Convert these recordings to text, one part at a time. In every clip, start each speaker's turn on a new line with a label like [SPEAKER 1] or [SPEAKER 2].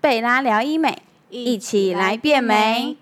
[SPEAKER 1] 贝拉聊医美，一起来变美。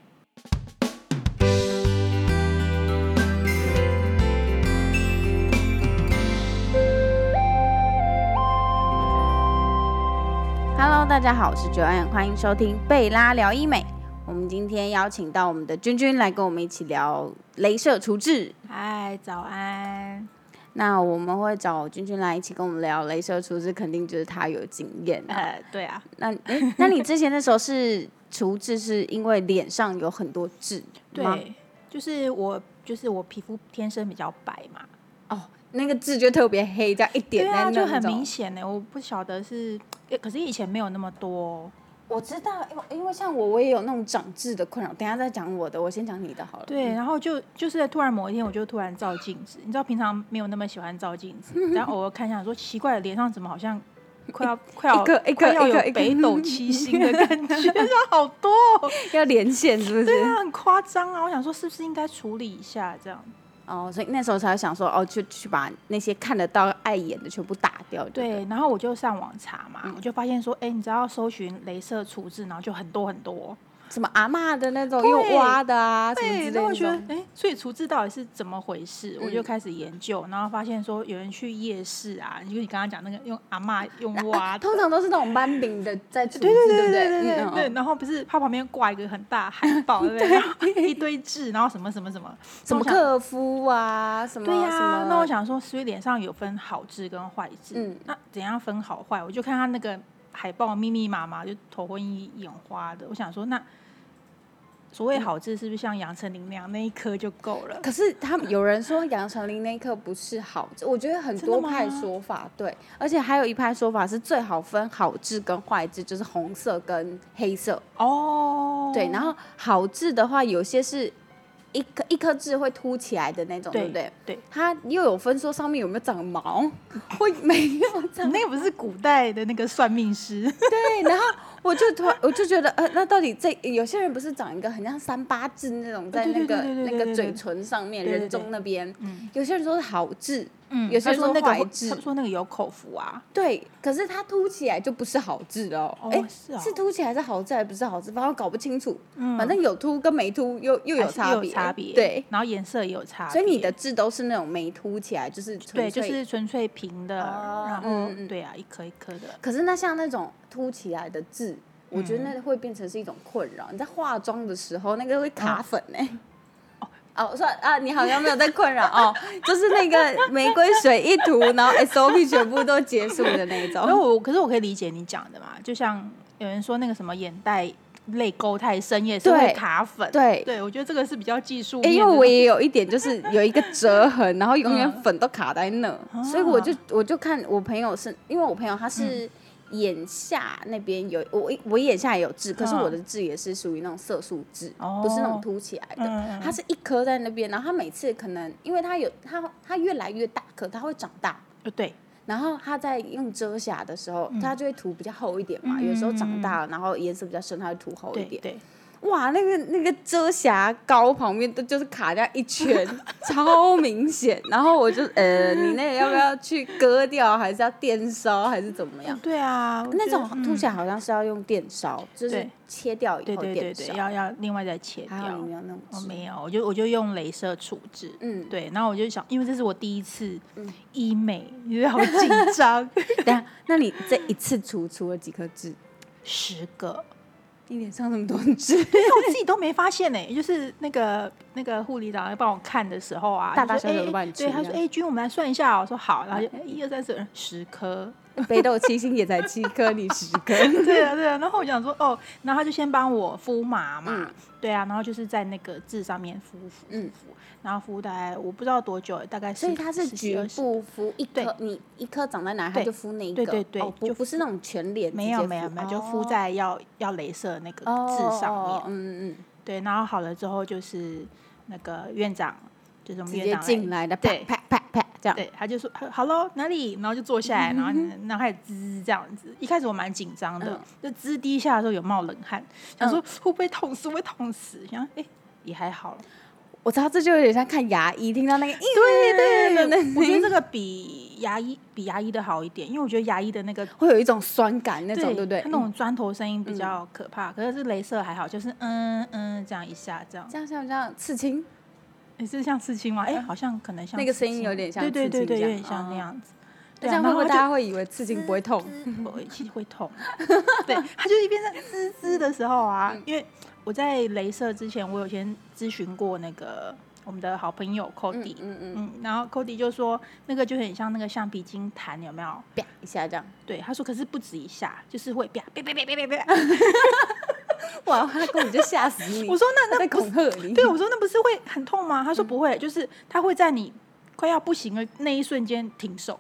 [SPEAKER 1] Hello，大家好，我是九安，欢迎收听贝拉聊医美。我们今天邀请到我们的君君来跟我们一起聊镭射除痣。
[SPEAKER 2] 嗨，早 安。
[SPEAKER 1] 那我们会找君君来一起跟我们聊镭射除痣，肯定就是他有经验啊、
[SPEAKER 2] 呃，对啊，
[SPEAKER 1] 那诶那你之前那时候是除痣，是因为脸上有很多痣吗？
[SPEAKER 2] 对，就是我，就是我皮肤天生比较白嘛，
[SPEAKER 1] 哦，那个痣就特别黑，这样一点
[SPEAKER 2] 对
[SPEAKER 1] 在
[SPEAKER 2] 啊，
[SPEAKER 1] 那
[SPEAKER 2] 就很明
[SPEAKER 1] 显。
[SPEAKER 2] 显呢。我不晓得是，诶可是以前没有那么多哦。
[SPEAKER 1] 我知道，因为因为像我，我也有那种长痣的困扰。等一下再讲我的，我先讲你的好了。
[SPEAKER 2] 对，然后就就是突然某一天，我就突然照镜子，你知道平常没有那么喜欢照镜 子，然后偶尔看一下，说奇怪，脸上怎么好像快要快要
[SPEAKER 1] 一个一个
[SPEAKER 2] 快要
[SPEAKER 1] 一个
[SPEAKER 2] 有
[SPEAKER 1] 一个
[SPEAKER 2] 北斗七星的感 觉，这样好多哦，
[SPEAKER 1] 要连线是不
[SPEAKER 2] 对
[SPEAKER 1] 是？
[SPEAKER 2] 啊，很夸张啊！我想说是不是应该处理一下这样？
[SPEAKER 1] 哦，所以那时候才会想说，哦，就去把那些看得到碍眼的全部打掉。
[SPEAKER 2] 对，然后我就上网查嘛，我就发现说，哎、你只要搜寻镭射除痣，然后就很多很多。
[SPEAKER 1] 什么阿嬷的那种
[SPEAKER 2] 对
[SPEAKER 1] 用挖的啊，什么之类
[SPEAKER 2] 对，
[SPEAKER 1] 的
[SPEAKER 2] 然后我觉得
[SPEAKER 1] 那种。，
[SPEAKER 2] 哎、所以除痣到底是怎么回事？我就开始研究，然后发现说，有人去夜市啊，就你刚刚讲那个用阿嬷用挖的。
[SPEAKER 1] 啊通常都是那种斑饼的在除痣，
[SPEAKER 2] 对对
[SPEAKER 1] 不嗯
[SPEAKER 2] 对对
[SPEAKER 1] 嗯嗯
[SPEAKER 2] 对，然后不是它旁边挂一个很大的海 报，对不对？然后一堆痣，然后什么什么什么，
[SPEAKER 1] 什么
[SPEAKER 2] 那我想？
[SPEAKER 1] 克夫啊，什么
[SPEAKER 2] 对呀、
[SPEAKER 1] 什么
[SPEAKER 2] 那我想说，所以脸上有分好痣跟坏痣，
[SPEAKER 1] 嗯
[SPEAKER 2] 那怎样分好坏？我就看他那个海报密密麻麻，就头昏眼花的。我想说，那所
[SPEAKER 1] 嗯
[SPEAKER 2] 谓好痣是不是像杨丞琳那样那一颗就够了？
[SPEAKER 1] 可是他们有人说杨丞琳那一刻不是好，我觉得很多
[SPEAKER 2] 真的吗
[SPEAKER 1] 派说法，对，而且还有一派说法是最好分好痣跟坏痣，就是红色跟黑色，
[SPEAKER 2] 哦，
[SPEAKER 1] 对，然后好痣的话，有些是一颗一颗痣会凸起来的那种，对
[SPEAKER 2] 对
[SPEAKER 1] 不对？
[SPEAKER 2] 对，
[SPEAKER 1] 它又有分说上面有没有长毛， 会没有长，
[SPEAKER 2] 那个不是古代的那个算 命师，
[SPEAKER 1] 对，然后我就突然我就觉得，呃，那到底这有些人不是长一个很像三八痣那种在
[SPEAKER 2] 哦对
[SPEAKER 1] 那
[SPEAKER 2] 对
[SPEAKER 1] 个
[SPEAKER 2] 对对对
[SPEAKER 1] 那
[SPEAKER 2] 对
[SPEAKER 1] 个
[SPEAKER 2] 对
[SPEAKER 1] 嘴唇上面
[SPEAKER 2] 对对
[SPEAKER 1] 人
[SPEAKER 2] 对
[SPEAKER 1] 中那边，
[SPEAKER 2] 嗯
[SPEAKER 1] 有些人说是好痣。
[SPEAKER 2] 嗯
[SPEAKER 1] 有些
[SPEAKER 2] 他说那
[SPEAKER 1] 说坏
[SPEAKER 2] 个
[SPEAKER 1] 痣
[SPEAKER 2] 他说那个有口福啊，
[SPEAKER 1] 对，可是它凸起来就不是好痣哦。
[SPEAKER 2] 哦
[SPEAKER 1] 诶
[SPEAKER 2] 是哦
[SPEAKER 1] 凸起来是好痣还是不是好痣，反正我搞不清楚。
[SPEAKER 2] 嗯
[SPEAKER 1] 反正有凸跟没凸又又有
[SPEAKER 2] 还是
[SPEAKER 1] 差别，
[SPEAKER 2] 有差别，
[SPEAKER 1] 对，，
[SPEAKER 2] 然后颜色也有差别，
[SPEAKER 1] 所以你的痣都是那种没凸起来，就是
[SPEAKER 2] 对
[SPEAKER 1] 纯粹
[SPEAKER 2] 就是纯粹平的，
[SPEAKER 1] 哦
[SPEAKER 2] 然后、
[SPEAKER 1] 嗯嗯
[SPEAKER 2] 对啊，一颗一颗的，
[SPEAKER 1] 可是那像那种凸起来的痣，我觉得
[SPEAKER 2] 嗯
[SPEAKER 1] 那会变成是一种困扰。你在化妆的时候，那个会卡粉哎、 哦，我说啊，你好像没有在困扰哦，就是那个玫瑰水一涂，然后 SOP 全部都结束的那
[SPEAKER 2] 可是
[SPEAKER 1] 种。
[SPEAKER 2] 我可是我可以理解你讲的嘛，就像有人说那个什么眼袋泪沟太深也是会
[SPEAKER 1] 对
[SPEAKER 2] 卡粉，
[SPEAKER 1] 对
[SPEAKER 2] 我觉得这个是比较技术
[SPEAKER 1] 哎、
[SPEAKER 2] 面的，
[SPEAKER 1] 因
[SPEAKER 2] 嗯
[SPEAKER 1] 为我也有一点，就是有一个折痕，然后永远粉都卡在那，
[SPEAKER 2] 啊
[SPEAKER 1] 所以我就我就看我朋友是，因为我朋友他
[SPEAKER 2] 嗯
[SPEAKER 1] 是眼下那边有我我眼下也有痣，可是
[SPEAKER 2] 嗯
[SPEAKER 1] 我的痣也是属于那种色素痣，
[SPEAKER 2] 哦
[SPEAKER 1] 不是那种凸起来的，
[SPEAKER 2] 嗯嗯
[SPEAKER 1] 它是一颗在那边，然后它每次可能因为它有它它越来越大颗，它会长大。
[SPEAKER 2] 呃对，
[SPEAKER 1] 然后它在用遮瑕的时
[SPEAKER 2] 嗯
[SPEAKER 1] 候，它就会涂比较厚一点嘛。有时候长大了，然后颜色比较深，它会涂厚一
[SPEAKER 2] 对
[SPEAKER 1] 点。
[SPEAKER 2] 对，
[SPEAKER 1] 哇，那个那个遮瑕膏旁边都就是卡在一 圈，超明显。然后我就呃，你那个要不要去割掉，还是要电烧，还是怎么样？
[SPEAKER 2] 对啊，我
[SPEAKER 1] 那
[SPEAKER 2] 觉得
[SPEAKER 1] 种凸起来好像是要用电烧，就是
[SPEAKER 2] 对
[SPEAKER 1] 切掉以
[SPEAKER 2] 对
[SPEAKER 1] 后
[SPEAKER 2] 对
[SPEAKER 1] 电
[SPEAKER 2] 对
[SPEAKER 1] 烧
[SPEAKER 2] 对，。要要另外再切
[SPEAKER 1] 还好
[SPEAKER 2] 掉
[SPEAKER 1] 你。没有那种
[SPEAKER 2] 我
[SPEAKER 1] 痣。
[SPEAKER 2] 没有，我就我就用镭射处置，
[SPEAKER 1] 嗯
[SPEAKER 2] 对，然后我就想，因为这是我第一次医美，因为好紧 张，
[SPEAKER 1] 等一下，那你这一次除除了几颗痣？
[SPEAKER 2] 十个，
[SPEAKER 1] 你脸上那么多 痣，
[SPEAKER 2] 因为我自己都没发现呢、就是那个那个护理长在帮我看的时候啊，
[SPEAKER 1] 大大
[SPEAKER 2] 他说
[SPEAKER 1] 小小
[SPEAKER 2] 哎
[SPEAKER 1] 都帮你除
[SPEAKER 2] 对，他说：“
[SPEAKER 1] 这
[SPEAKER 2] 哎、君，我们来算一下、哦。”我说：“好。”然后就
[SPEAKER 1] 啊
[SPEAKER 2] 哎一二三四十颗，
[SPEAKER 1] 北斗七星也才七颗，你十颗。
[SPEAKER 2] 对啊对啊。然后我想说：“哦。”然后他就先帮我敷麻嘛，
[SPEAKER 1] 嗯
[SPEAKER 2] 对啊，然后就是在那个痣上面敷敷
[SPEAKER 1] 嗯
[SPEAKER 2] 敷，然后敷大概我不知道多久，大概
[SPEAKER 1] 所以
[SPEAKER 2] 10
[SPEAKER 1] 它是
[SPEAKER 2] 10
[SPEAKER 1] 局
[SPEAKER 2] 20
[SPEAKER 1] 部敷一
[SPEAKER 2] 对
[SPEAKER 1] 颗，你一颗长在哪，它
[SPEAKER 2] 对
[SPEAKER 1] 就敷那一个。
[SPEAKER 2] 对对对
[SPEAKER 1] 哦、不
[SPEAKER 2] 就
[SPEAKER 1] 不是那种全脸直接敷，哦
[SPEAKER 2] 没有没有没有，就敷在要要镭射那个
[SPEAKER 1] 痣
[SPEAKER 2] 痣上面。
[SPEAKER 1] 嗯嗯
[SPEAKER 2] 对，然后好了之后就是那个院长，就是我
[SPEAKER 1] 嗯，
[SPEAKER 2] 们
[SPEAKER 1] 直
[SPEAKER 2] 院
[SPEAKER 1] 接
[SPEAKER 2] 长来
[SPEAKER 1] 进来的，啪
[SPEAKER 2] 对
[SPEAKER 1] 啪啪啪这样。
[SPEAKER 2] 对，他就说呃 “hello 哪里”，然后就坐下来，
[SPEAKER 1] 嗯
[SPEAKER 2] 然后然后开始滋这样子。一开始我蛮紧张
[SPEAKER 1] 嗯
[SPEAKER 2] 的，就滋第一下的时候有冒冷汗，想说会不会痛死，会不会痛死，想哎、诶也还好了。
[SPEAKER 1] 我知道这就有点像看牙医，听到那个
[SPEAKER 2] 对对
[SPEAKER 1] 对
[SPEAKER 2] 对，我觉得这个比牙医比牙医的好一点，因为我觉得牙医的那个
[SPEAKER 1] 会有一种酸感那种，对不嗯对？
[SPEAKER 2] 它那种砖头声音比较可怕，可是是镭射还好，就是嗯嗯这样一下这样
[SPEAKER 1] 嗯，这样像不像刺青？
[SPEAKER 2] 你是像刺青吗？哎，好像可能像
[SPEAKER 1] 那个
[SPEAKER 2] 刺
[SPEAKER 1] 声音
[SPEAKER 2] 青
[SPEAKER 1] 有点像
[SPEAKER 2] 对对
[SPEAKER 1] 刺
[SPEAKER 2] 对
[SPEAKER 1] 青
[SPEAKER 2] 对，
[SPEAKER 1] 这
[SPEAKER 2] 有
[SPEAKER 1] 样
[SPEAKER 2] 点像那
[SPEAKER 1] 哦
[SPEAKER 2] 样子。
[SPEAKER 1] 那这
[SPEAKER 2] 对啊
[SPEAKER 1] 样会不
[SPEAKER 2] 然后
[SPEAKER 1] 会
[SPEAKER 2] 就
[SPEAKER 1] 大家会以为刺青不会痛？
[SPEAKER 2] 我其实会 痛，对，它就是一边在滋滋的时候啊，因为我在镭射之前，我有先咨询过那个我们的好朋友 Cody，嗯
[SPEAKER 1] 嗯嗯，
[SPEAKER 2] 然后 Cody 就说那个就很像那个橡皮筋弹，有没有？
[SPEAKER 1] 啪一下这样，
[SPEAKER 2] 对，他说可是不止一下，就是会啪啪啪啪啪啪啪。
[SPEAKER 1] 哇，他根本就吓死你！
[SPEAKER 2] 我说那
[SPEAKER 1] 他在恐吓 你，
[SPEAKER 2] 对，我说那不是会很痛吗？他说不会，就是他会在你快要不行的那一瞬间停手。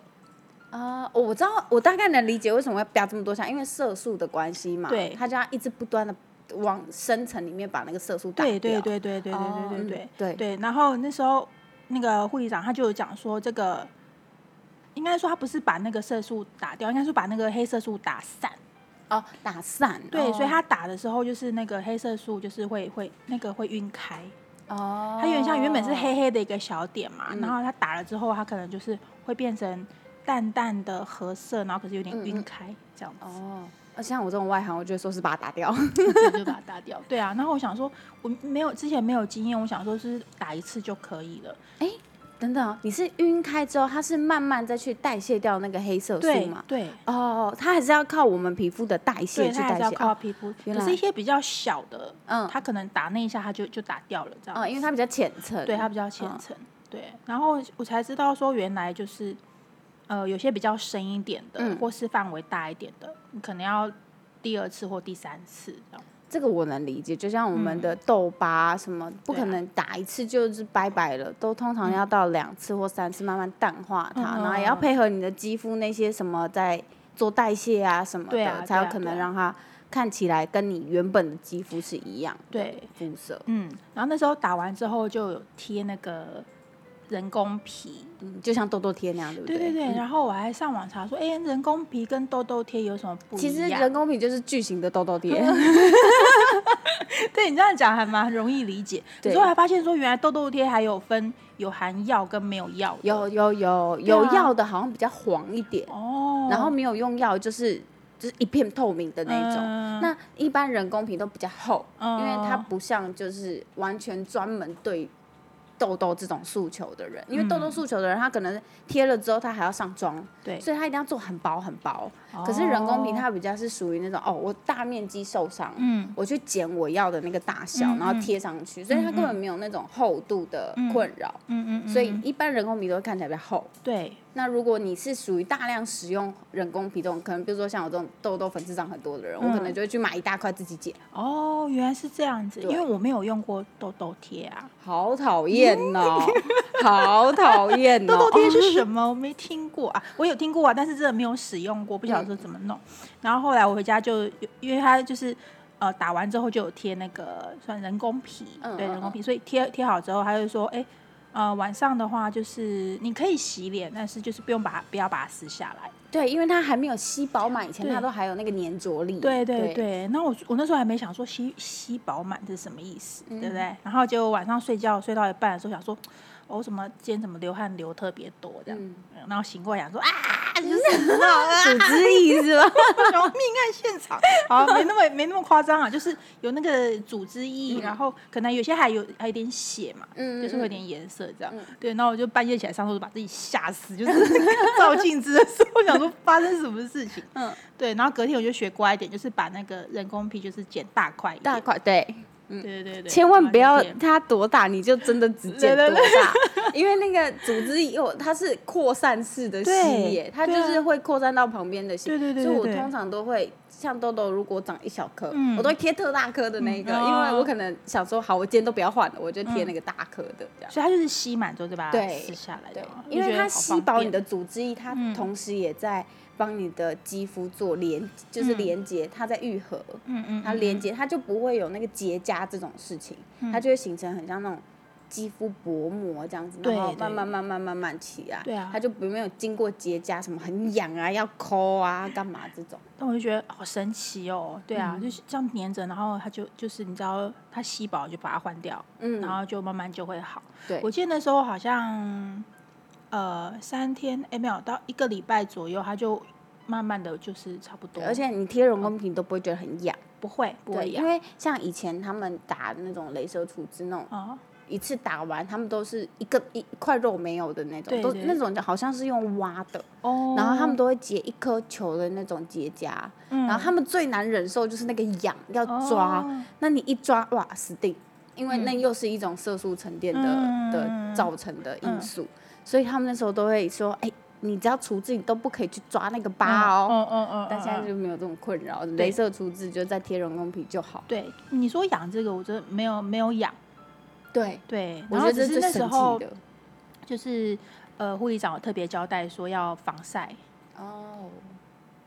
[SPEAKER 1] 啊、我我知道，我大概能理解为什么会飙这么多下，因为色素的关系嘛，
[SPEAKER 2] 对
[SPEAKER 1] 他就要一直不断的往深层里面把那个色素打
[SPEAKER 2] 对
[SPEAKER 1] 掉，
[SPEAKER 2] 对对对对对
[SPEAKER 1] 哦
[SPEAKER 2] 对对
[SPEAKER 1] 嗯
[SPEAKER 2] 对
[SPEAKER 1] 对
[SPEAKER 2] 对。然后那时候那个护理长他就有讲说，这个应该说他不是把那个色素打掉，应该是把那个黑色素打散。
[SPEAKER 1] 哦，打散，
[SPEAKER 2] 对，
[SPEAKER 1] 哦
[SPEAKER 2] 所以他打的时候就是那个黑色素就是会会那个会晕开，
[SPEAKER 1] 哦，
[SPEAKER 2] 它有点像原本是黑黑的一个小点嘛，
[SPEAKER 1] 嗯
[SPEAKER 2] 然后它打了之后，它可能就是会变成淡淡的褐色，然后可是有点晕开这样子。
[SPEAKER 1] 嗯哦，呃像我这种外行，我就会说是把它打掉，
[SPEAKER 2] 对，就把它打掉。 对啊，然后我想说，我没有之前没有经验，我想说是打一次就可以了。
[SPEAKER 1] 等等哦，你是晕开之后，它是慢慢再去代谢掉那个黑色素
[SPEAKER 2] 对
[SPEAKER 1] 嘛？
[SPEAKER 2] 对，
[SPEAKER 1] 哦，它还是要靠我们皮肤的代
[SPEAKER 2] 对，
[SPEAKER 1] 谢去
[SPEAKER 2] 它还
[SPEAKER 1] 代
[SPEAKER 2] 是要
[SPEAKER 1] 谢。
[SPEAKER 2] 靠
[SPEAKER 1] 哦
[SPEAKER 2] 皮肤，
[SPEAKER 1] 原
[SPEAKER 2] 可是
[SPEAKER 1] 来
[SPEAKER 2] 一些比较小的，
[SPEAKER 1] 嗯
[SPEAKER 2] 它可能打那一下它就就打掉了这样。
[SPEAKER 1] 哦，因为它比较浅层。
[SPEAKER 2] 对，它比较浅
[SPEAKER 1] 嗯
[SPEAKER 2] 层。对，然后我才知道说原来就是，呃，有些比较深一点的，
[SPEAKER 1] 嗯
[SPEAKER 2] 或是范围大一点的，你可能要第二次或第三次这样。
[SPEAKER 1] 这个我能理解，就像我们的痘疤什么，不
[SPEAKER 2] 嗯对啊嗯
[SPEAKER 1] 可能打一次就是拜拜了，都通常要到两次或三次慢慢淡化它，
[SPEAKER 2] 嗯嗯
[SPEAKER 1] 然后也
[SPEAKER 2] 嗯
[SPEAKER 1] 要配合你的肌肤那些什么在做代谢啊什么
[SPEAKER 2] 对
[SPEAKER 1] 的，
[SPEAKER 2] 啊
[SPEAKER 1] 才有
[SPEAKER 2] 对啊
[SPEAKER 1] 可
[SPEAKER 2] 对
[SPEAKER 1] 能
[SPEAKER 2] 啊
[SPEAKER 1] 让它看起来跟你原本的肌肤是一样的
[SPEAKER 2] 对
[SPEAKER 1] 肤色。
[SPEAKER 2] 嗯，然后那时候打完之后就有贴那个人工皮，
[SPEAKER 1] 嗯，就像痘痘贴那样，对不
[SPEAKER 2] 对对
[SPEAKER 1] 对
[SPEAKER 2] 对，
[SPEAKER 1] 嗯
[SPEAKER 2] 然后我还上网查说，哎，人工皮跟痘痘贴有什么不一样？
[SPEAKER 1] 其实人工皮就是巨型的痘痘 贴，
[SPEAKER 2] 对你这样讲还蛮容易理解。可
[SPEAKER 1] 对
[SPEAKER 2] 是我还发现说，原来痘痘贴还有分有含药跟没有药的。
[SPEAKER 1] 有有有
[SPEAKER 2] 对啊
[SPEAKER 1] 有药的，好像比较黄一点，
[SPEAKER 2] 哦，
[SPEAKER 1] 然后没有用药就是就是一片透明的那一种。
[SPEAKER 2] 嗯
[SPEAKER 1] 那一般人工皮都比较厚，因为它
[SPEAKER 2] 哦
[SPEAKER 1] 不像就是完全专门对痘痘这种诉求的人，因为痘痘诉求的人，他可能贴了之后他还要上妆，
[SPEAKER 2] 对，哦
[SPEAKER 1] 所以他一定要做很薄很薄。可是人工皮它比较是属于那种哦，我大面积受伤，
[SPEAKER 2] 嗯，
[SPEAKER 1] 我去剪我要的那个大小，
[SPEAKER 2] 嗯
[SPEAKER 1] 然后
[SPEAKER 2] 嗯
[SPEAKER 1] 贴上去，所以它根本没有那种厚度的困扰。
[SPEAKER 2] 嗯嗯嗯，
[SPEAKER 1] 所以一般人工皮都会看起来比较厚。
[SPEAKER 2] 对
[SPEAKER 1] 那如果你是属于大量使用人工皮这种，可能比如说像我这种痘痘粉刺长很多的人，
[SPEAKER 2] 嗯
[SPEAKER 1] 我可能就会去买一大块自己剪，
[SPEAKER 2] 哦，原来是这样子，因
[SPEAKER 1] 对
[SPEAKER 2] 为我没有用过痘痘贴啊。
[SPEAKER 1] 好讨厌哦，好讨厌哦。
[SPEAKER 2] 痘痘贴是什么？我没听过啊，我有听过啊，但是真的没有使用过，不晓
[SPEAKER 1] 嗯
[SPEAKER 2] 得怎么弄。然后后来我回家就，因为它就是呃打完之后就有贴那个算人工皮，
[SPEAKER 1] 嗯嗯
[SPEAKER 2] 对人工皮，所以贴贴好之后，他就说，哎、呃晚上的话就是你可以洗脸，但是就是不用把它不要把它撕下来。
[SPEAKER 1] 对，因为它还没有吸饱满以前，
[SPEAKER 2] 对
[SPEAKER 1] 它都还有那个粘着力。
[SPEAKER 2] 对对对，那我我那时候还没想说吸吸饱满是什么意思，
[SPEAKER 1] 嗯
[SPEAKER 2] 对不对？然后结果晚上睡觉睡到一半的时候想说，我、哦、怎么今天怎么流汗流特别多这样，
[SPEAKER 1] 嗯
[SPEAKER 2] 然后醒过来想说啊，就是闹 啊，
[SPEAKER 1] 组织意是吧？
[SPEAKER 2] 然后命案现场，好没那么没那么夸张啊，就是有那个组织液，然后可能有些还有还有点血嘛，
[SPEAKER 1] 嗯
[SPEAKER 2] 就是会有
[SPEAKER 1] 嗯
[SPEAKER 2] 点颜色这样。
[SPEAKER 1] 嗯
[SPEAKER 2] 对，然后我就半夜起来上厕所，把自己吓死，就是 照镜子的时候想说发生什么事情。
[SPEAKER 1] 嗯，
[SPEAKER 2] 对，然后隔天我就学乖一点，就是把那个人工皮就是剪大块一点，
[SPEAKER 1] 大块对。
[SPEAKER 2] 对对对对，
[SPEAKER 1] 千万不
[SPEAKER 2] 然后
[SPEAKER 1] 要
[SPEAKER 2] 就剪
[SPEAKER 1] 它多大，你就真的只见多 大，因为那个组织有它是扩散式的吸
[SPEAKER 2] 对
[SPEAKER 1] 耶，它就
[SPEAKER 2] 对啊
[SPEAKER 1] 是会扩散到旁边的吸。
[SPEAKER 2] 对对对
[SPEAKER 1] 所以
[SPEAKER 2] 对
[SPEAKER 1] 我
[SPEAKER 2] 对
[SPEAKER 1] 通常都会像痘痘，如果长一小颗，
[SPEAKER 2] 嗯
[SPEAKER 1] 我都会贴特大颗的那个，
[SPEAKER 2] 嗯哦嗯
[SPEAKER 1] 因为我可能想说好，我今天都不要换了，我就贴那个大颗的这样。
[SPEAKER 2] 所以它就是吸满之后就把它
[SPEAKER 1] 对
[SPEAKER 2] 撕下来这
[SPEAKER 1] 对
[SPEAKER 2] 样，，
[SPEAKER 1] 因为它吸饱你的
[SPEAKER 2] 的，
[SPEAKER 1] 组织液，它
[SPEAKER 2] 嗯
[SPEAKER 1] 同时也在帮你的肌肤做连，就是
[SPEAKER 2] 嗯
[SPEAKER 1] 连接，它在愈合。
[SPEAKER 2] 嗯嗯，
[SPEAKER 1] 它
[SPEAKER 2] 嗯
[SPEAKER 1] 连接，它就不会有那个结痂这种事情，它就会形成很像那种肌肤薄膜这样子，
[SPEAKER 2] 对
[SPEAKER 1] 然后
[SPEAKER 2] 对
[SPEAKER 1] 慢慢慢慢慢慢起来，
[SPEAKER 2] 对啊
[SPEAKER 1] 它就没有经过结痂，什么很痒啊，要抠啊，干嘛这种，
[SPEAKER 2] 但我就觉得好神奇哦，对
[SPEAKER 1] 嗯
[SPEAKER 2] 啊，就是这样粘着，然后它就就是你知道它吸饱就把它换掉，
[SPEAKER 1] 嗯
[SPEAKER 2] 然后就慢慢就会好。
[SPEAKER 1] 对
[SPEAKER 2] 我记得那时候好像呃三天哎没有到一个礼拜左右，它就慢慢的就是差不多，
[SPEAKER 1] 而且你贴人工皮都不会觉得很痒，
[SPEAKER 2] 不会不
[SPEAKER 1] 对，
[SPEAKER 2] 会
[SPEAKER 1] 因
[SPEAKER 2] 痒
[SPEAKER 1] 为像以前他们打那种镭射处置那种，
[SPEAKER 2] 哦，
[SPEAKER 1] 一次打完他们都是一个一一块肉没有的那种，
[SPEAKER 2] 对
[SPEAKER 1] 都
[SPEAKER 2] 对
[SPEAKER 1] 那种就好像是用挖的，
[SPEAKER 2] 哦
[SPEAKER 1] 然后他们都会结一颗球的那种结痂，然后他们最难忍受就是那个痒要抓，
[SPEAKER 2] 嗯哦
[SPEAKER 1] 那你一抓哇死定，因为那又是一种色素沉淀的、
[SPEAKER 2] 嗯
[SPEAKER 1] 的造成的因素，所以他们那时候都会说，哎、你只要除痣，你都不可以去抓那个疤哦。
[SPEAKER 2] 嗯嗯嗯，
[SPEAKER 1] 但现在
[SPEAKER 2] 嗯
[SPEAKER 1] 就没有这种困扰，
[SPEAKER 2] 对
[SPEAKER 1] 镭射除痣就再贴人工皮就好。
[SPEAKER 2] 对你说痒这个，我真的没有没有痒，
[SPEAKER 1] 对，
[SPEAKER 2] 对，
[SPEAKER 1] 我
[SPEAKER 2] 然
[SPEAKER 1] 觉得
[SPEAKER 2] 后
[SPEAKER 1] 这
[SPEAKER 2] 只是
[SPEAKER 1] 是
[SPEAKER 2] 那
[SPEAKER 1] 最
[SPEAKER 2] 时
[SPEAKER 1] 神
[SPEAKER 2] 候
[SPEAKER 1] 奇的。
[SPEAKER 2] 就是呃护理长有特别交代说要防晒，
[SPEAKER 1] 哦，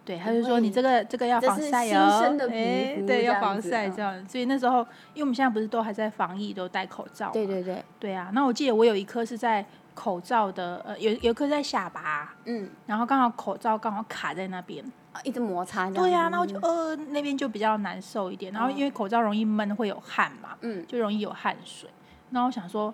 [SPEAKER 2] 对，他就说你这个这个要
[SPEAKER 1] 这
[SPEAKER 2] 防
[SPEAKER 1] 是
[SPEAKER 2] 晒
[SPEAKER 1] 新
[SPEAKER 2] 哦，
[SPEAKER 1] 生的皮
[SPEAKER 2] 哎
[SPEAKER 1] 肤
[SPEAKER 2] 对，
[SPEAKER 1] 这
[SPEAKER 2] 要
[SPEAKER 1] 样
[SPEAKER 2] 防
[SPEAKER 1] 子
[SPEAKER 2] 晒
[SPEAKER 1] 嗯
[SPEAKER 2] 这样。所以那时候，因为我们现在不是都还在防疫，都戴口罩嘛，
[SPEAKER 1] 对对对，
[SPEAKER 2] 对啊。那我记得我有一颗是在口罩的，呃，有有一颗在下巴，
[SPEAKER 1] 嗯，
[SPEAKER 2] 然后刚好口罩刚好卡在那边，
[SPEAKER 1] 啊一直摩擦这样。嗯
[SPEAKER 2] 对啊，那我就呃那边就比较难受一点，然后因为口罩容易闷，会有汗嘛，
[SPEAKER 1] 嗯，
[SPEAKER 2] 就容易有汗水。那我想说，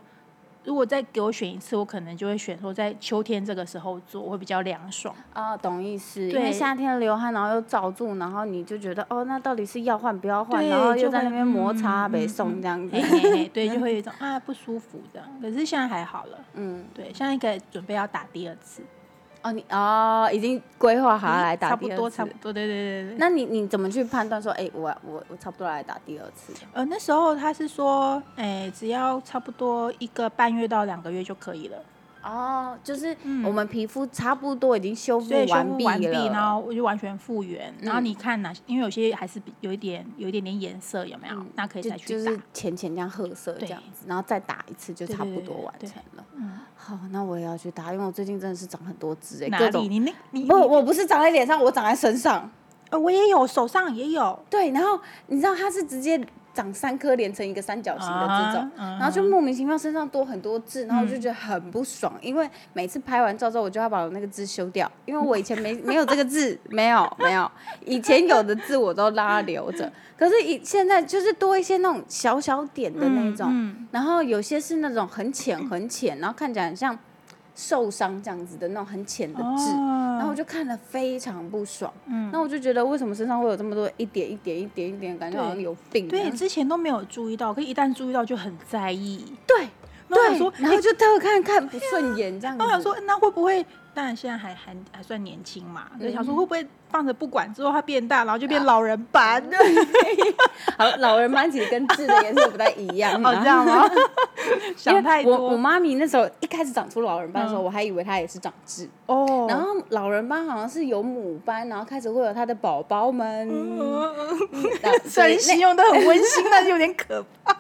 [SPEAKER 2] 如果再给我选一次，我可能就会选说在秋天这个时候做，会比较凉爽。
[SPEAKER 1] 啊，懂意思，因
[SPEAKER 2] 对
[SPEAKER 1] 为夏天流汗，然后又罩住，然后你就觉得哦，那到底是要换不要换，
[SPEAKER 2] 对
[SPEAKER 1] 然后又
[SPEAKER 2] 就
[SPEAKER 1] 在
[SPEAKER 2] 会
[SPEAKER 1] 那边摩
[SPEAKER 2] 嗯
[SPEAKER 1] 擦
[SPEAKER 2] 嗯
[SPEAKER 1] 北
[SPEAKER 2] 嗯
[SPEAKER 1] 宋这样子
[SPEAKER 2] 嘿，嘿 嘿，对，就 会有一种啊不舒服这样。可是现在还好了，
[SPEAKER 1] 嗯，
[SPEAKER 2] 对，现在可以准备要打第二次，嗯
[SPEAKER 1] 哦，你哦已经规划好要啊来打
[SPEAKER 2] 差不
[SPEAKER 1] 第二
[SPEAKER 2] 多，
[SPEAKER 1] 次
[SPEAKER 2] 差不多，对对对对。
[SPEAKER 1] 那你你怎么去判断说，哎，我我我差不多来打第二次？
[SPEAKER 2] 呃，那时候他是说，哎、只要差不多一个半月到两个月就可以了，
[SPEAKER 1] 哦，就是我们皮肤差不多已经修复
[SPEAKER 2] 嗯所以修
[SPEAKER 1] 完
[SPEAKER 2] 复完毕，
[SPEAKER 1] 了，嗯
[SPEAKER 2] 然后我就完全复原。然后你看哪，因为有些还是比有一点有一点点颜色，有没有？那可
[SPEAKER 1] 嗯
[SPEAKER 2] 以
[SPEAKER 1] 就
[SPEAKER 2] 再去
[SPEAKER 1] 就
[SPEAKER 2] 打。
[SPEAKER 1] 是浅浅这样褐色这
[SPEAKER 2] 对
[SPEAKER 1] 样子，然后再打一次就
[SPEAKER 2] 对
[SPEAKER 1] 差
[SPEAKER 2] 对
[SPEAKER 1] 不
[SPEAKER 2] 对
[SPEAKER 1] 多
[SPEAKER 2] 对
[SPEAKER 1] 完
[SPEAKER 2] 对
[SPEAKER 1] 成了。
[SPEAKER 2] 嗯
[SPEAKER 1] 好，那我也要去打，因为我最近真的是长很多痣哎、
[SPEAKER 2] 哪
[SPEAKER 1] 各
[SPEAKER 2] 里？
[SPEAKER 1] 种
[SPEAKER 2] 你那你
[SPEAKER 1] 不，
[SPEAKER 2] 你
[SPEAKER 1] 我不是长在脸上，我长在身上。
[SPEAKER 2] 呃，我也有，手上也有。
[SPEAKER 1] 对，然后你知道它是直接长三颗连成一个三角形的这种，
[SPEAKER 2] 啊
[SPEAKER 1] 然后就莫名其妙身上多很多痣，然后我就觉得很不爽，因为每次拍完照之后我就要把我那个痣修掉，因为我以前没没有这个痣，没有没有，以前有的痣我都让它留着，可是以现在就是多一些那种小小点的那
[SPEAKER 2] 嗯
[SPEAKER 1] 种，然后有些是那种很浅很浅，然后看起来很像受伤这样子的那种很浅的痣。
[SPEAKER 2] 嗯
[SPEAKER 1] 然后我就看了非常不爽，嗯，那我就觉得为什么身上会有这么多一点一点一点一点，感觉好像有病一
[SPEAKER 2] 对，
[SPEAKER 1] 样，
[SPEAKER 2] 之前都没有注意到，可一旦注意到就很在意。
[SPEAKER 1] 对
[SPEAKER 2] 然后
[SPEAKER 1] 对，
[SPEAKER 2] 我想说，
[SPEAKER 1] 然后就特看看不顺眼这样子，
[SPEAKER 2] 然后我想说，那会不会？当然现在还还还算年轻嘛，就想说会不会放着不管之后它变大，然后就变老人斑？
[SPEAKER 1] 好，老人斑其实跟痣的颜色不太一样
[SPEAKER 2] 哦，
[SPEAKER 1] 啊，
[SPEAKER 2] 这样吗？
[SPEAKER 1] 因为
[SPEAKER 2] 想太
[SPEAKER 1] 我我
[SPEAKER 2] 多嗯
[SPEAKER 1] 妈咪那时候一开始长出老人斑的时候，我还以为她也是长痣，
[SPEAKER 2] 哦。
[SPEAKER 1] 然后老人斑好像是有母斑，然后开始会有她的宝宝们，然 后
[SPEAKER 2] 嗯虽
[SPEAKER 1] 所以
[SPEAKER 2] 然形容的很温馨，但是有点可怕。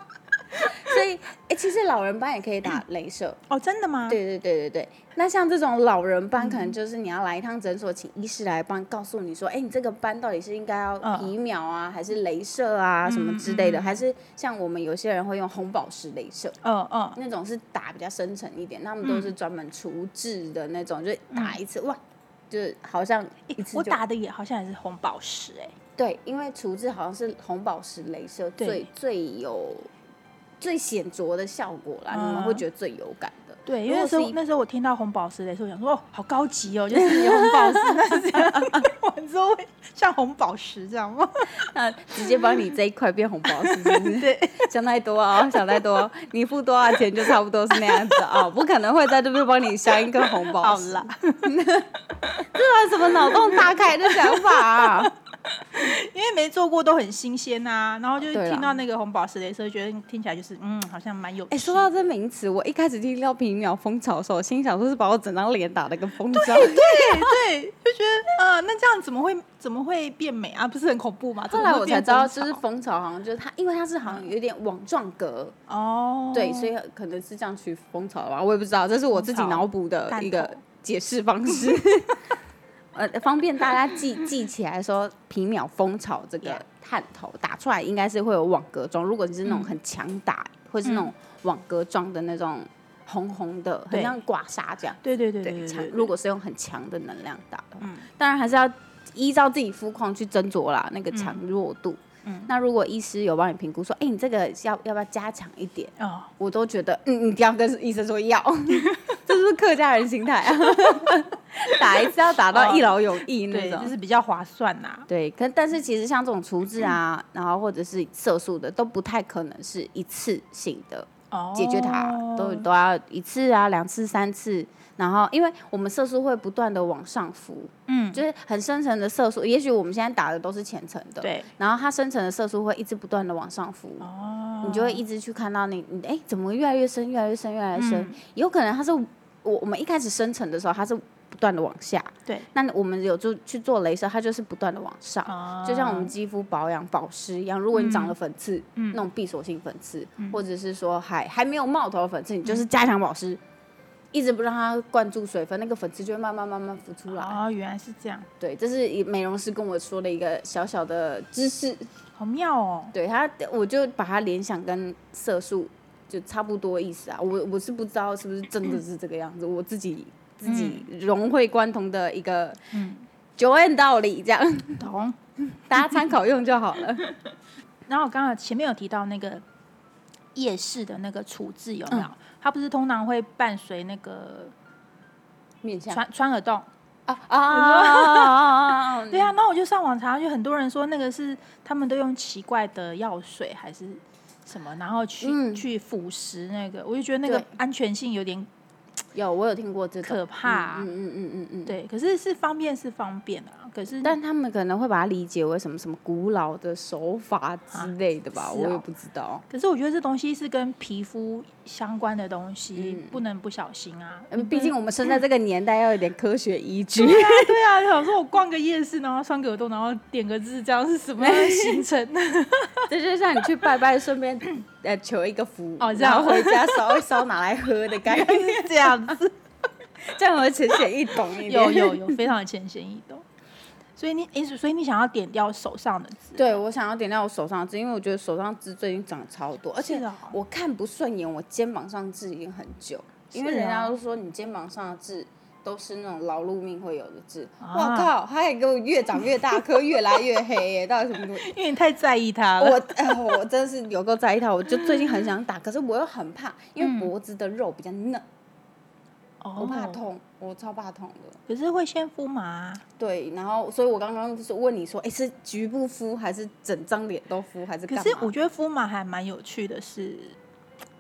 [SPEAKER 1] 那所以哎，其实老人斑也可以打镭射，
[SPEAKER 2] 哦，真的吗？
[SPEAKER 1] 对对对对对，那像这种老人斑，
[SPEAKER 2] 嗯
[SPEAKER 1] 可能就是你要来一趟诊所，请医师来帮告诉你说，哎，你这个斑到底是应该要
[SPEAKER 2] 嗯
[SPEAKER 1] 皮秒啊，还是镭射啊，什么之类的，还是像我们有些人会用红宝石镭射，
[SPEAKER 2] 嗯嗯，
[SPEAKER 1] 那种是打比较深层一点，那他们都是专门除痣的那种，就是
[SPEAKER 2] 嗯
[SPEAKER 1] 打一次哇，就是好像一次
[SPEAKER 2] 我
[SPEAKER 1] 就
[SPEAKER 2] 打的也好像也是红宝石哎、
[SPEAKER 1] 对，因为除痣好像是红宝石镭射
[SPEAKER 2] 对
[SPEAKER 1] 最最有最显著的效果啦，你们
[SPEAKER 2] 嗯
[SPEAKER 1] 会觉得最有感的。
[SPEAKER 2] 对，因
[SPEAKER 1] 如
[SPEAKER 2] 为那
[SPEAKER 1] 果
[SPEAKER 2] 时
[SPEAKER 1] 是
[SPEAKER 2] 候
[SPEAKER 1] 一
[SPEAKER 2] 那时候我听到红宝石的时候，我想说哦，好高级哦，就是 有红宝石，那是这样，完之后会像红宝石这样吗？
[SPEAKER 1] 那直接帮你这一块变红包，是不 是？
[SPEAKER 2] 对，
[SPEAKER 1] 想太多啊，想太多，你付多少钱就差不多是那样子啊、不可能会在这边帮你镶一个红包。
[SPEAKER 2] 好啦，
[SPEAKER 1] 这什么脑洞大开的想法啊？
[SPEAKER 2] 因为没做过都很新鲜呐、然后就是
[SPEAKER 1] 啊对啦
[SPEAKER 2] 听到那个红宝石的时候，觉得听起来就是嗯，好像蛮有趣。
[SPEAKER 1] 哎、说到这名词，我一开始听到皮秒风潮的时候，我心想说是把我整张脸打的跟风筝。
[SPEAKER 2] 对对，就觉得啊、呃那这样怎么会怎么会变美啊？不是很恐怖吗？
[SPEAKER 1] 后来
[SPEAKER 2] 怎 么
[SPEAKER 1] 我
[SPEAKER 2] 会
[SPEAKER 1] 才
[SPEAKER 2] 变
[SPEAKER 1] 知道，
[SPEAKER 2] 蜂
[SPEAKER 1] 就是
[SPEAKER 2] 巢
[SPEAKER 1] 风潮好像就是它，因为它是好像有点网状格，
[SPEAKER 2] 哦，
[SPEAKER 1] 对，所以可能是这样去风潮吧，我也不知道，这是我自己
[SPEAKER 2] 风潮
[SPEAKER 1] 脑补的
[SPEAKER 2] 弹
[SPEAKER 1] 一个
[SPEAKER 2] 头
[SPEAKER 1] 解释方式。 呃，方便大家记记起来说，皮秒蜂巢这个
[SPEAKER 2] Yeah
[SPEAKER 1] 嗯探头打出来应该是会有网格状，如果你是那种很强打，或是那种网格状的那种红红的，很
[SPEAKER 2] 对
[SPEAKER 1] 像刮痧这样。
[SPEAKER 2] 对对对对
[SPEAKER 1] 对，
[SPEAKER 2] 对
[SPEAKER 1] 强
[SPEAKER 2] 对，
[SPEAKER 1] 如果是用很强的能量打的话，
[SPEAKER 2] 嗯
[SPEAKER 1] 当然还是要依照自己肤况去斟酌啦，那个强弱度。
[SPEAKER 2] 嗯
[SPEAKER 1] 那如果医师有帮你评估说，哎、你这个要要不要加强一点？
[SPEAKER 2] 哦，
[SPEAKER 1] 我都觉得，嗯，你不要跟医生说要， 这是不是客家人心态啊， 打一次要打到一劳永逸那
[SPEAKER 2] 对，
[SPEAKER 1] 种
[SPEAKER 2] 就。是比较划算啊呐、
[SPEAKER 1] 对，可但是其实像这种除痣啊，然后或者是色素的，都不太可能是一次性的
[SPEAKER 2] 哦，
[SPEAKER 1] 解决它，都都要一次啊、两次、三次。然后，因为我们色素会不断的往上浮，
[SPEAKER 2] 嗯，
[SPEAKER 1] 就是很深层的色素。也许我们现在打的都是浅层的，
[SPEAKER 2] 对，
[SPEAKER 1] 然后它深层的色素会一直不断的往上浮，
[SPEAKER 2] 哦，
[SPEAKER 1] 你就会一直去看到你，你哎、怎么越来越深，越来越深，越来越深？
[SPEAKER 2] 嗯
[SPEAKER 1] 有可能它是我我们一开始深层的时候，它是不断的往下，
[SPEAKER 2] 对，
[SPEAKER 1] 那我们有就去做镭射，它就是不断的往上。
[SPEAKER 2] 哦
[SPEAKER 1] 就像我们肌肤保养保湿一样，如果你长了粉刺，
[SPEAKER 2] 嗯
[SPEAKER 1] 那种闭锁性粉刺，或者是说还还没有冒头的粉刺，你
[SPEAKER 2] 嗯
[SPEAKER 1] 就是加强保湿，一直不让它灌注水分，那个粉刺就会慢慢慢慢浮出来。
[SPEAKER 2] 哦，原来是这样，
[SPEAKER 1] 对，这是美容师跟我说的一个小小的知识。
[SPEAKER 2] 好妙哦，
[SPEAKER 1] 对他，我就把它联想跟色素就差不多意思啊。我我是不知道是不是真的是这个样子，我自己自己融会贯通的一个九万道理，这样
[SPEAKER 2] 懂。
[SPEAKER 1] 大家参考用就好了。
[SPEAKER 2] 然后我刚刚前面有提到那个夜市的那个处置有没
[SPEAKER 1] 嗯
[SPEAKER 2] 有？它不是通常会伴随那个
[SPEAKER 1] 面向
[SPEAKER 2] 穿穿耳洞？
[SPEAKER 1] 啊啊啊啊！
[SPEAKER 2] 对啊，那我就上网查，就很多人说那个是他们都用奇怪的药水还是什么，然后去、
[SPEAKER 1] 嗯
[SPEAKER 2] 去腐蚀那个，我就觉得那个
[SPEAKER 1] 对
[SPEAKER 2] 安全性有点
[SPEAKER 1] 有我有听过这种
[SPEAKER 2] 可怕。
[SPEAKER 1] 嗯嗯嗯嗯嗯，
[SPEAKER 2] 对，可是是方便是方便啊，可是
[SPEAKER 1] 但他们可能会把它理解为什么什么古老的手法之类的吧，
[SPEAKER 2] 啊是
[SPEAKER 1] 我也
[SPEAKER 2] 哦
[SPEAKER 1] 不知道。
[SPEAKER 2] 可是我觉得这东西是跟皮肤相关的东西，
[SPEAKER 1] 嗯
[SPEAKER 2] 不能不小心啊。
[SPEAKER 1] 嗯，毕竟我们生在这个年代，要有点科学依据。
[SPEAKER 2] 对啊，对啊，想说我逛个夜市，然后穿个耳洞，然后点个痣，这样是什么 行程？
[SPEAKER 1] 这就像你去拜拜，顺便 呃求一个福，
[SPEAKER 2] 哦这
[SPEAKER 1] 然
[SPEAKER 2] 样
[SPEAKER 1] 后回家烧一烧拿来喝的概念，
[SPEAKER 2] 是 这样子。
[SPEAKER 1] 这样我浅显易懂一点。
[SPEAKER 2] 有有，有，非常的浅显易懂。所以你，诶所以你想要点掉手上的 痣？
[SPEAKER 1] 对我想要点亮我手上的痣，因为我觉得手上的痣最近长超多，而且
[SPEAKER 2] 是哦
[SPEAKER 1] 我看不顺眼我肩膀上痣已经很久，因为
[SPEAKER 2] 是
[SPEAKER 1] 人家
[SPEAKER 2] 啊
[SPEAKER 1] 都说你肩膀上的痣。都是那种劳碌命会有的痣，我、
[SPEAKER 2] 啊
[SPEAKER 1] 靠，它还给我越长越大颗，越来越黑 耶，到底什么东西？
[SPEAKER 2] 因为你太在意它了。
[SPEAKER 1] 我哎、我 真的是有够在意它，我就最近很想打，可是我又很怕，因
[SPEAKER 2] 嗯
[SPEAKER 1] 为脖子的肉比较嫩，我
[SPEAKER 2] 我
[SPEAKER 1] 怕。痛，我超怕痛的。
[SPEAKER 2] 哦可是会先敷麻啊、
[SPEAKER 1] 对，然后所以我刚刚就是问你说，哎，是局部敷还是整张脸都敷，还是
[SPEAKER 2] 可
[SPEAKER 1] 干嘛？
[SPEAKER 2] 是我觉得敷麻还蛮有趣的是。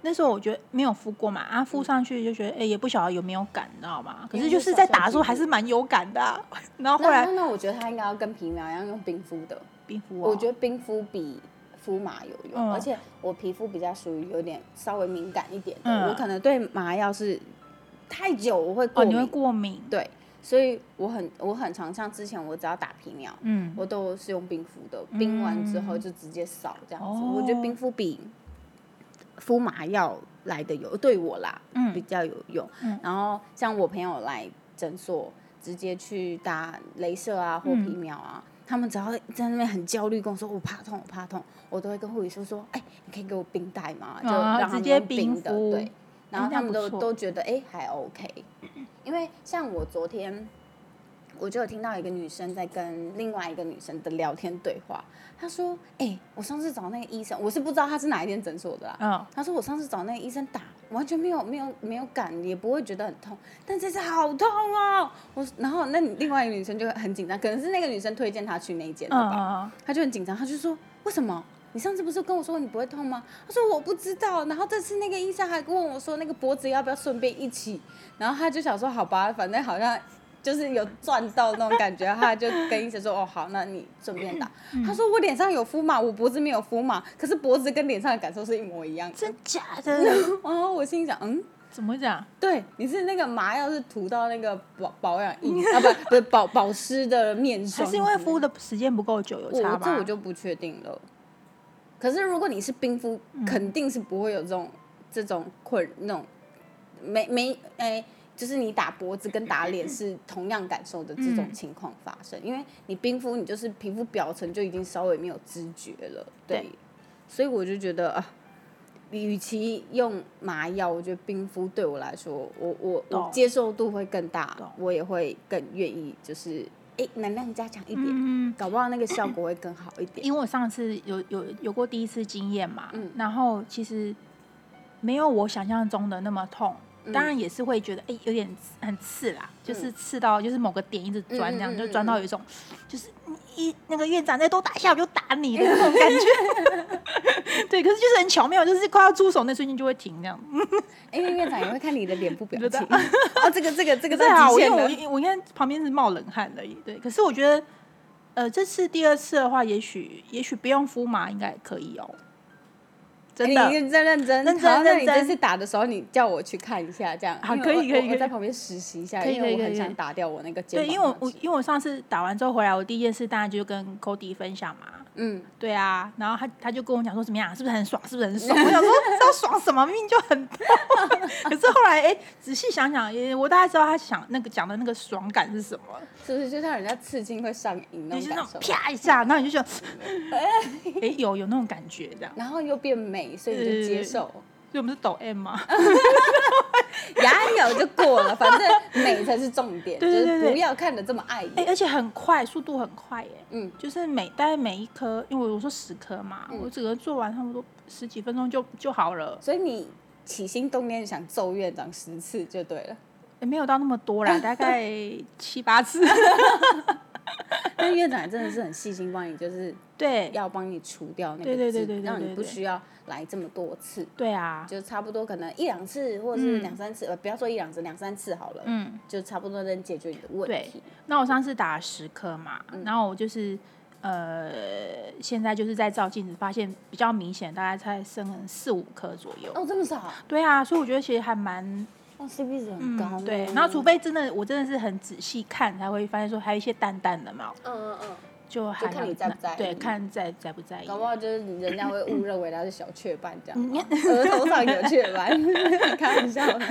[SPEAKER 2] 那时候我觉得没有敷过嘛，啊敷上去就觉得哎、诶也不晓得有没有感，你知道吗？
[SPEAKER 1] 嗯
[SPEAKER 2] 可
[SPEAKER 1] 因
[SPEAKER 2] 是
[SPEAKER 1] 为
[SPEAKER 2] 就是是
[SPEAKER 1] 小
[SPEAKER 2] 在
[SPEAKER 1] 小
[SPEAKER 2] 打的时候
[SPEAKER 1] 肌
[SPEAKER 2] 还
[SPEAKER 1] 肤
[SPEAKER 2] 是蛮有感的啊、然后
[SPEAKER 1] 那
[SPEAKER 2] 后来
[SPEAKER 1] 那那我觉得它应该要跟皮秒一样用冰敷的，
[SPEAKER 2] 冰敷、哦，
[SPEAKER 1] 我觉得冰敷比。敷麻有用，
[SPEAKER 2] 嗯
[SPEAKER 1] 而且我皮肤比较属于有点稍微敏感一点的，
[SPEAKER 2] 嗯
[SPEAKER 1] 我可能对麻药是太久我会过
[SPEAKER 2] 哦，
[SPEAKER 1] 敏，
[SPEAKER 2] 你会过敏，
[SPEAKER 1] 对，所以我很我很常像之前我只要打皮秒，
[SPEAKER 2] 嗯，
[SPEAKER 1] 我都是用冰敷的，冰完之后就直接扫这样子。
[SPEAKER 2] 哦
[SPEAKER 1] 我觉得冰敷比敷麻药来的有对我啦，
[SPEAKER 2] 嗯
[SPEAKER 1] 比较有用。然后像我朋友来诊所，直接去打镭射啊或皮秒啊。
[SPEAKER 2] 嗯
[SPEAKER 1] 他们只要在那边很焦虑，跟我说我怕痛，我怕痛，我都会跟护理师说，哎、你可以给我冰袋吗？就
[SPEAKER 2] 啊
[SPEAKER 1] 让他们
[SPEAKER 2] 直接
[SPEAKER 1] 用冰
[SPEAKER 2] 冰
[SPEAKER 1] 的，
[SPEAKER 2] 敷
[SPEAKER 1] 对。然后
[SPEAKER 2] 这
[SPEAKER 1] 他
[SPEAKER 2] 样
[SPEAKER 1] 们
[SPEAKER 2] 不
[SPEAKER 1] 都
[SPEAKER 2] 错
[SPEAKER 1] 都觉得哎、还 OK，因为像我昨天我就有听到一个女生在跟另外一个女生的聊天对话，她说：“哎、我上次找那个医生，我是不知道她是哪一间诊所的啦。
[SPEAKER 2] 嗯，
[SPEAKER 1] 她说我上次找那个医生打，完全没有没有没有感，也不会觉得很痛，但这次好痛哦。我然后那另外一个女生就很紧张，可能是那个女生推荐她去那一间的
[SPEAKER 2] 嗯
[SPEAKER 1] 吧，
[SPEAKER 2] 嗯
[SPEAKER 1] 她就很紧张，她就说为什么？你上次不是跟我说你不会痛吗？她说我不知道。然后这次那个医生还问我说那个脖子要不要顺便一起，然后她就想说好吧，反正好像就是有赚到那种感觉，她就跟医生说哦好，那你顺便打。
[SPEAKER 2] 嗯
[SPEAKER 1] 她说我脸上有敷嘛，我脖子没有敷嘛，可是脖子跟脸上的感受是一模一样的。
[SPEAKER 2] 真假的？
[SPEAKER 1] 然后我心里想嗯。
[SPEAKER 2] 怎么讲？
[SPEAKER 1] 对，你是那个麻药是涂到那个保保养液啊，不不是保保湿的面
[SPEAKER 2] 还
[SPEAKER 1] 霜，
[SPEAKER 2] 是因为敷的时间不够久有
[SPEAKER 1] 我
[SPEAKER 2] 差
[SPEAKER 1] 我
[SPEAKER 2] 吧？
[SPEAKER 1] 这我就不确定了。可是如果你是冰敷，
[SPEAKER 2] 嗯
[SPEAKER 1] 肯定是不会有这种这种困那种没没哎、就是你打脖子跟打脸是同样感受的这
[SPEAKER 2] 嗯
[SPEAKER 1] 种情况发生，因为你冰敷你就是皮肤表层就已经稍微没有知觉了，对，
[SPEAKER 2] 对
[SPEAKER 1] 所以我就觉得啊，与其用麻药，我觉得冰敷对我来说，我我我
[SPEAKER 2] 懂
[SPEAKER 1] 接受度会更大
[SPEAKER 2] 懂，
[SPEAKER 1] 我也会更愿意，就是哎、诶能量加强一点，
[SPEAKER 2] 嗯，
[SPEAKER 1] 搞不好那个效果会更好一点。
[SPEAKER 2] 因为我上次有有有过第一次经验嘛，
[SPEAKER 1] 嗯
[SPEAKER 2] 然后其实没有我想象中的那么痛，
[SPEAKER 1] 嗯
[SPEAKER 2] 当然也是会觉得哎、有点刺很刺啦，就是刺到就是某个点一直钻这样，
[SPEAKER 1] 嗯嗯嗯
[SPEAKER 2] 就
[SPEAKER 1] 嗯
[SPEAKER 2] 钻到有一种就是一那个院长再多打一下我就打你的那种感觉， 对，可是就是很巧妙，就是快要出手那瞬间就会停这样，
[SPEAKER 1] 因为哎院长也会看你的脸部表
[SPEAKER 2] 觉得
[SPEAKER 1] 情，哦，这个这个这 个
[SPEAKER 2] 对
[SPEAKER 1] 在
[SPEAKER 2] 啊，
[SPEAKER 1] 极
[SPEAKER 2] 我因
[SPEAKER 1] 限
[SPEAKER 2] 为我
[SPEAKER 1] 了，
[SPEAKER 2] 因我应该旁边是冒冷汗而已。对，可是我觉得，呃，这次第二次的话，也许也许不用敷麻应该也可以哦。真的，
[SPEAKER 1] 哎你真认真，
[SPEAKER 2] 认真
[SPEAKER 1] 好，那你
[SPEAKER 2] 认真
[SPEAKER 1] 这次打的时候，你叫我去看一下，这样。
[SPEAKER 2] 好
[SPEAKER 1] 因为
[SPEAKER 2] 可以
[SPEAKER 1] 我
[SPEAKER 2] 可以
[SPEAKER 1] 我
[SPEAKER 2] 可以
[SPEAKER 1] 我在旁边实习一下，
[SPEAKER 2] 可以
[SPEAKER 1] 因为
[SPEAKER 2] 可
[SPEAKER 1] 我
[SPEAKER 2] 以可
[SPEAKER 1] 很
[SPEAKER 2] 以
[SPEAKER 1] 想打掉我那个肩
[SPEAKER 2] 对，
[SPEAKER 1] 膀。
[SPEAKER 2] 因为我我因为我上次打完之后回来，我第一件事当然就跟 Cody 分享嘛。
[SPEAKER 1] 嗯，
[SPEAKER 2] 对啊，然后他他就跟我讲说怎么样，是不是很爽？是不是 很爽？我想说知道爽什么，明明就很痛。可是后来哎，仔细想想，也我大概知道他想那个讲的那个爽感是什么。
[SPEAKER 1] 是不是就像人家刺青会上瘾那
[SPEAKER 2] 就是
[SPEAKER 1] 种
[SPEAKER 2] 那
[SPEAKER 1] 感
[SPEAKER 2] 种
[SPEAKER 1] 受？
[SPEAKER 2] 啪一下，然后你就觉得， 哎，有有那种感觉，这样。
[SPEAKER 1] 然后又变美，所以你就接受。
[SPEAKER 2] 所以我们是抖 M 吗？
[SPEAKER 1] 牙咬就过了，反正美才是重点，
[SPEAKER 2] 对对对
[SPEAKER 1] 就是
[SPEAKER 2] 对
[SPEAKER 1] 不要看的这么碍眼。
[SPEAKER 2] 哎、而且很快，速度很快耶。
[SPEAKER 1] 嗯，
[SPEAKER 2] 就是每大概每一颗，因为我说十颗嘛，
[SPEAKER 1] 嗯
[SPEAKER 2] 我整个做完差不多十几分钟就就好了，
[SPEAKER 1] 所以你起心动念想揍院长十次就对了。
[SPEAKER 2] 也哎没有到那么多啦，大概七八次。
[SPEAKER 1] 但是院长也真的是很细心帮你，就是
[SPEAKER 2] 对，
[SPEAKER 1] 要帮你除掉那个
[SPEAKER 2] 对对对
[SPEAKER 1] 痣
[SPEAKER 2] 对对
[SPEAKER 1] 让
[SPEAKER 2] 对
[SPEAKER 1] 你不
[SPEAKER 2] 对
[SPEAKER 1] 需要来这么多次。
[SPEAKER 2] 对啊，
[SPEAKER 1] 就差不多可能一两次或者是两三次，呃，不要说一两次，两三次好了，
[SPEAKER 2] 嗯，
[SPEAKER 1] 就差不多能解决你的问题。
[SPEAKER 2] 那我上次打了十颗嘛，
[SPEAKER 1] 嗯
[SPEAKER 2] 然后我就是呃，现在就是在照镜子，发现比较明显，大概才剩四五颗左右。
[SPEAKER 1] 哦，这么少，
[SPEAKER 2] 对啊，所以我觉得其实还蛮嗯
[SPEAKER 1] 哦，CP 值很高、
[SPEAKER 2] 对，然后除，非真的我真的是很仔细看，才会发现说还有一些淡淡的嘛，
[SPEAKER 1] 嗯嗯嗯，
[SPEAKER 2] 就还
[SPEAKER 1] 看你
[SPEAKER 2] 蛮
[SPEAKER 1] 在不在意
[SPEAKER 2] 对，看在在不在意。
[SPEAKER 1] 搞不好就是你人家会 误认为它是小雀斑这
[SPEAKER 2] 嗯
[SPEAKER 1] 样，额头上有雀斑， 开玩笑的。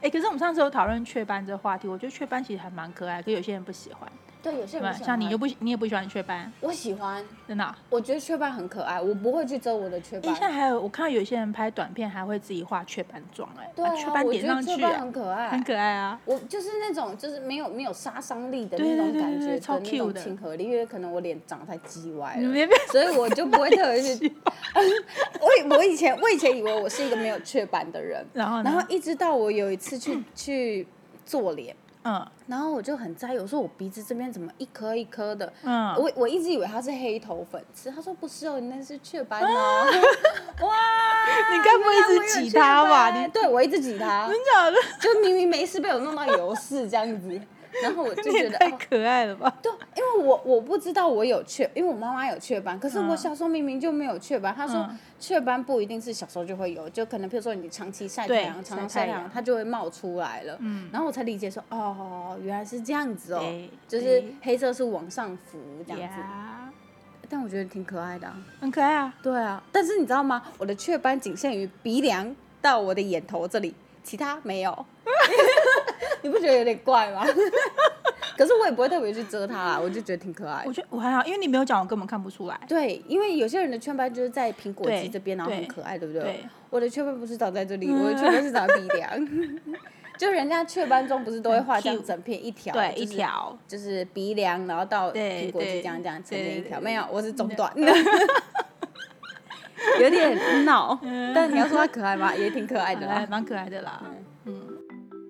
[SPEAKER 2] 哎、可是我们上次有讨论雀斑这个话题，我觉得雀斑其实还蛮可爱，可有些人不喜欢，
[SPEAKER 1] 对，有些人
[SPEAKER 2] 对吧？
[SPEAKER 1] 不喜欢
[SPEAKER 2] 像你又不喜你也不喜欢雀斑，
[SPEAKER 1] 我喜欢，
[SPEAKER 2] 真的啊、
[SPEAKER 1] 我觉得雀斑很可爱，我不会去遮我的雀
[SPEAKER 2] 哎、
[SPEAKER 1] 斑。
[SPEAKER 2] 现在还有我看到有些人拍短片还会自己画雀斑妆、哎，
[SPEAKER 1] 对
[SPEAKER 2] 把雀
[SPEAKER 1] 啊，
[SPEAKER 2] 斑
[SPEAKER 1] 我
[SPEAKER 2] 点
[SPEAKER 1] 觉得
[SPEAKER 2] 上
[SPEAKER 1] 雀
[SPEAKER 2] 去、
[SPEAKER 1] 斑
[SPEAKER 2] 哎
[SPEAKER 1] 很可爱，
[SPEAKER 2] 很可爱 啊。
[SPEAKER 1] 我就是那种就是没有没有杀伤力的
[SPEAKER 2] 对
[SPEAKER 1] 那种
[SPEAKER 2] 对对
[SPEAKER 1] 感
[SPEAKER 2] 对
[SPEAKER 1] 觉
[SPEAKER 2] 超
[SPEAKER 1] 的那
[SPEAKER 2] cute
[SPEAKER 1] 种
[SPEAKER 2] 的
[SPEAKER 1] 亲和力，因为可能我脸长得太鸡歪
[SPEAKER 2] 你
[SPEAKER 1] 了，
[SPEAKER 2] 别别，
[SPEAKER 1] 所以我就不会特别 去。 我以我以前我以前以为我是一个没有雀斑的人，
[SPEAKER 2] 然后呢？
[SPEAKER 1] 然后一直到我有一次去去做脸，
[SPEAKER 2] 嗯
[SPEAKER 1] 然后我就很在意，我说我鼻子这边怎么一颗一颗的。
[SPEAKER 2] 嗯，
[SPEAKER 1] 我我一直以为它是黑头粉刺，他说不是哦，你那是雀斑哦。 哇，
[SPEAKER 2] 你该不会啊一直挤它吧？
[SPEAKER 1] 原来我有雀
[SPEAKER 2] 你
[SPEAKER 1] 斑对我一直挤 它，
[SPEAKER 2] 真假的？啊
[SPEAKER 1] 就明明没事被我弄到有事这样子，然后我就
[SPEAKER 2] 你
[SPEAKER 1] 觉
[SPEAKER 2] 也
[SPEAKER 1] 得
[SPEAKER 2] 太
[SPEAKER 1] 哦
[SPEAKER 2] 可爱了吧！
[SPEAKER 1] 对，因为我我不知道我有雀，因为我妈妈有雀斑，可是我
[SPEAKER 2] 嗯
[SPEAKER 1] 小时候明明就没有雀斑。她说
[SPEAKER 2] 嗯
[SPEAKER 1] 雀斑不一定是小时候就会有，就可能譬如说你长期晒太
[SPEAKER 2] 对
[SPEAKER 1] 阳，常常
[SPEAKER 2] 晒
[SPEAKER 1] 晒
[SPEAKER 2] 太
[SPEAKER 1] 太阳，
[SPEAKER 2] 阳
[SPEAKER 1] 它就会冒出来了。
[SPEAKER 2] 嗯
[SPEAKER 1] 然后我才理解说，哦，原来是这样子哦
[SPEAKER 2] 对，
[SPEAKER 1] 就是
[SPEAKER 2] 对
[SPEAKER 1] 黑色是往上浮这样子。
[SPEAKER 2] 呀，
[SPEAKER 1] 但我觉得挺可爱的、啊。
[SPEAKER 2] 很可爱啊。
[SPEAKER 1] 对啊，但是你知道吗？我的雀斑仅限于鼻梁到我的眼头这里，其他没有。 你不觉得有点怪吗？可是我也不会特别去遮它啦，我就觉得挺可爱的
[SPEAKER 2] 我。觉得我还好，因为你没有讲，我根本看不出来。
[SPEAKER 1] 对，因为有些人的雀斑就是在苹果肌
[SPEAKER 2] 对
[SPEAKER 1] 这边，然后很
[SPEAKER 2] 对
[SPEAKER 1] 可爱，对不对？
[SPEAKER 2] 对，嗯
[SPEAKER 1] 我的雀斑不是长在这里，我的雀斑是长在鼻梁。 就人家雀斑中不是都会画这样
[SPEAKER 2] cute
[SPEAKER 1] 整片一条，
[SPEAKER 2] 对，
[SPEAKER 1] 就是
[SPEAKER 2] 一，条。
[SPEAKER 1] 就是鼻梁，然后到
[SPEAKER 2] 对
[SPEAKER 1] 苹果肌
[SPEAKER 2] 对
[SPEAKER 1] 这样这样呈现一
[SPEAKER 2] 对嗯
[SPEAKER 1] 条。
[SPEAKER 2] 对
[SPEAKER 1] 没有，我是中段， 有点 闹，
[SPEAKER 2] 嗯
[SPEAKER 1] 但你要说它可爱吗？也挺可爱的啦嗯
[SPEAKER 2] 还。哎蛮可爱的啦。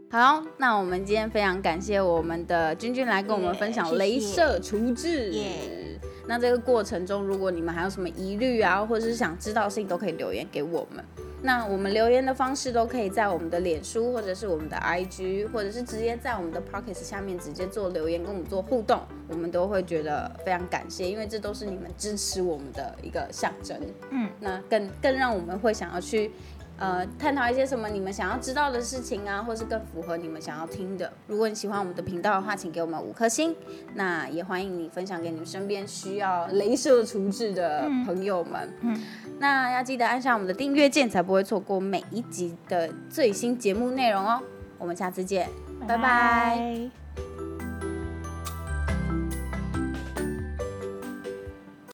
[SPEAKER 1] 好，那我们今天非常感谢我们的君君来跟我们分享
[SPEAKER 2] 耶谢
[SPEAKER 1] 镭
[SPEAKER 2] 谢
[SPEAKER 1] 射除痣。
[SPEAKER 2] 耶
[SPEAKER 1] 那这个过程中，如果你们还有什么疑虑啊，或者是想知道的事情，都可以留言给我们。那我们留言的方式都可以在我们的脸书，或者是我们的 IG，或者是直接在我们的 p o c k e t 下面直接做留言，跟我们做互动，我们都会觉得非常感谢，因为这都是你们支持我们的一个象征。
[SPEAKER 2] 嗯，
[SPEAKER 1] 那更更让我们会想要去呃探讨一些什么你们想要知道的事情啊，或是更符合你们想要听的。如果你喜欢我们的频道的话，请给我们五颗星。那也欢迎你分享给你们身边需要镭射除痣的朋友们。
[SPEAKER 2] 嗯
[SPEAKER 1] 那要记得按下我们的订阅键，才不会错过每一集的最新节目内容哦。我们下次见，拜拜
[SPEAKER 2] 拜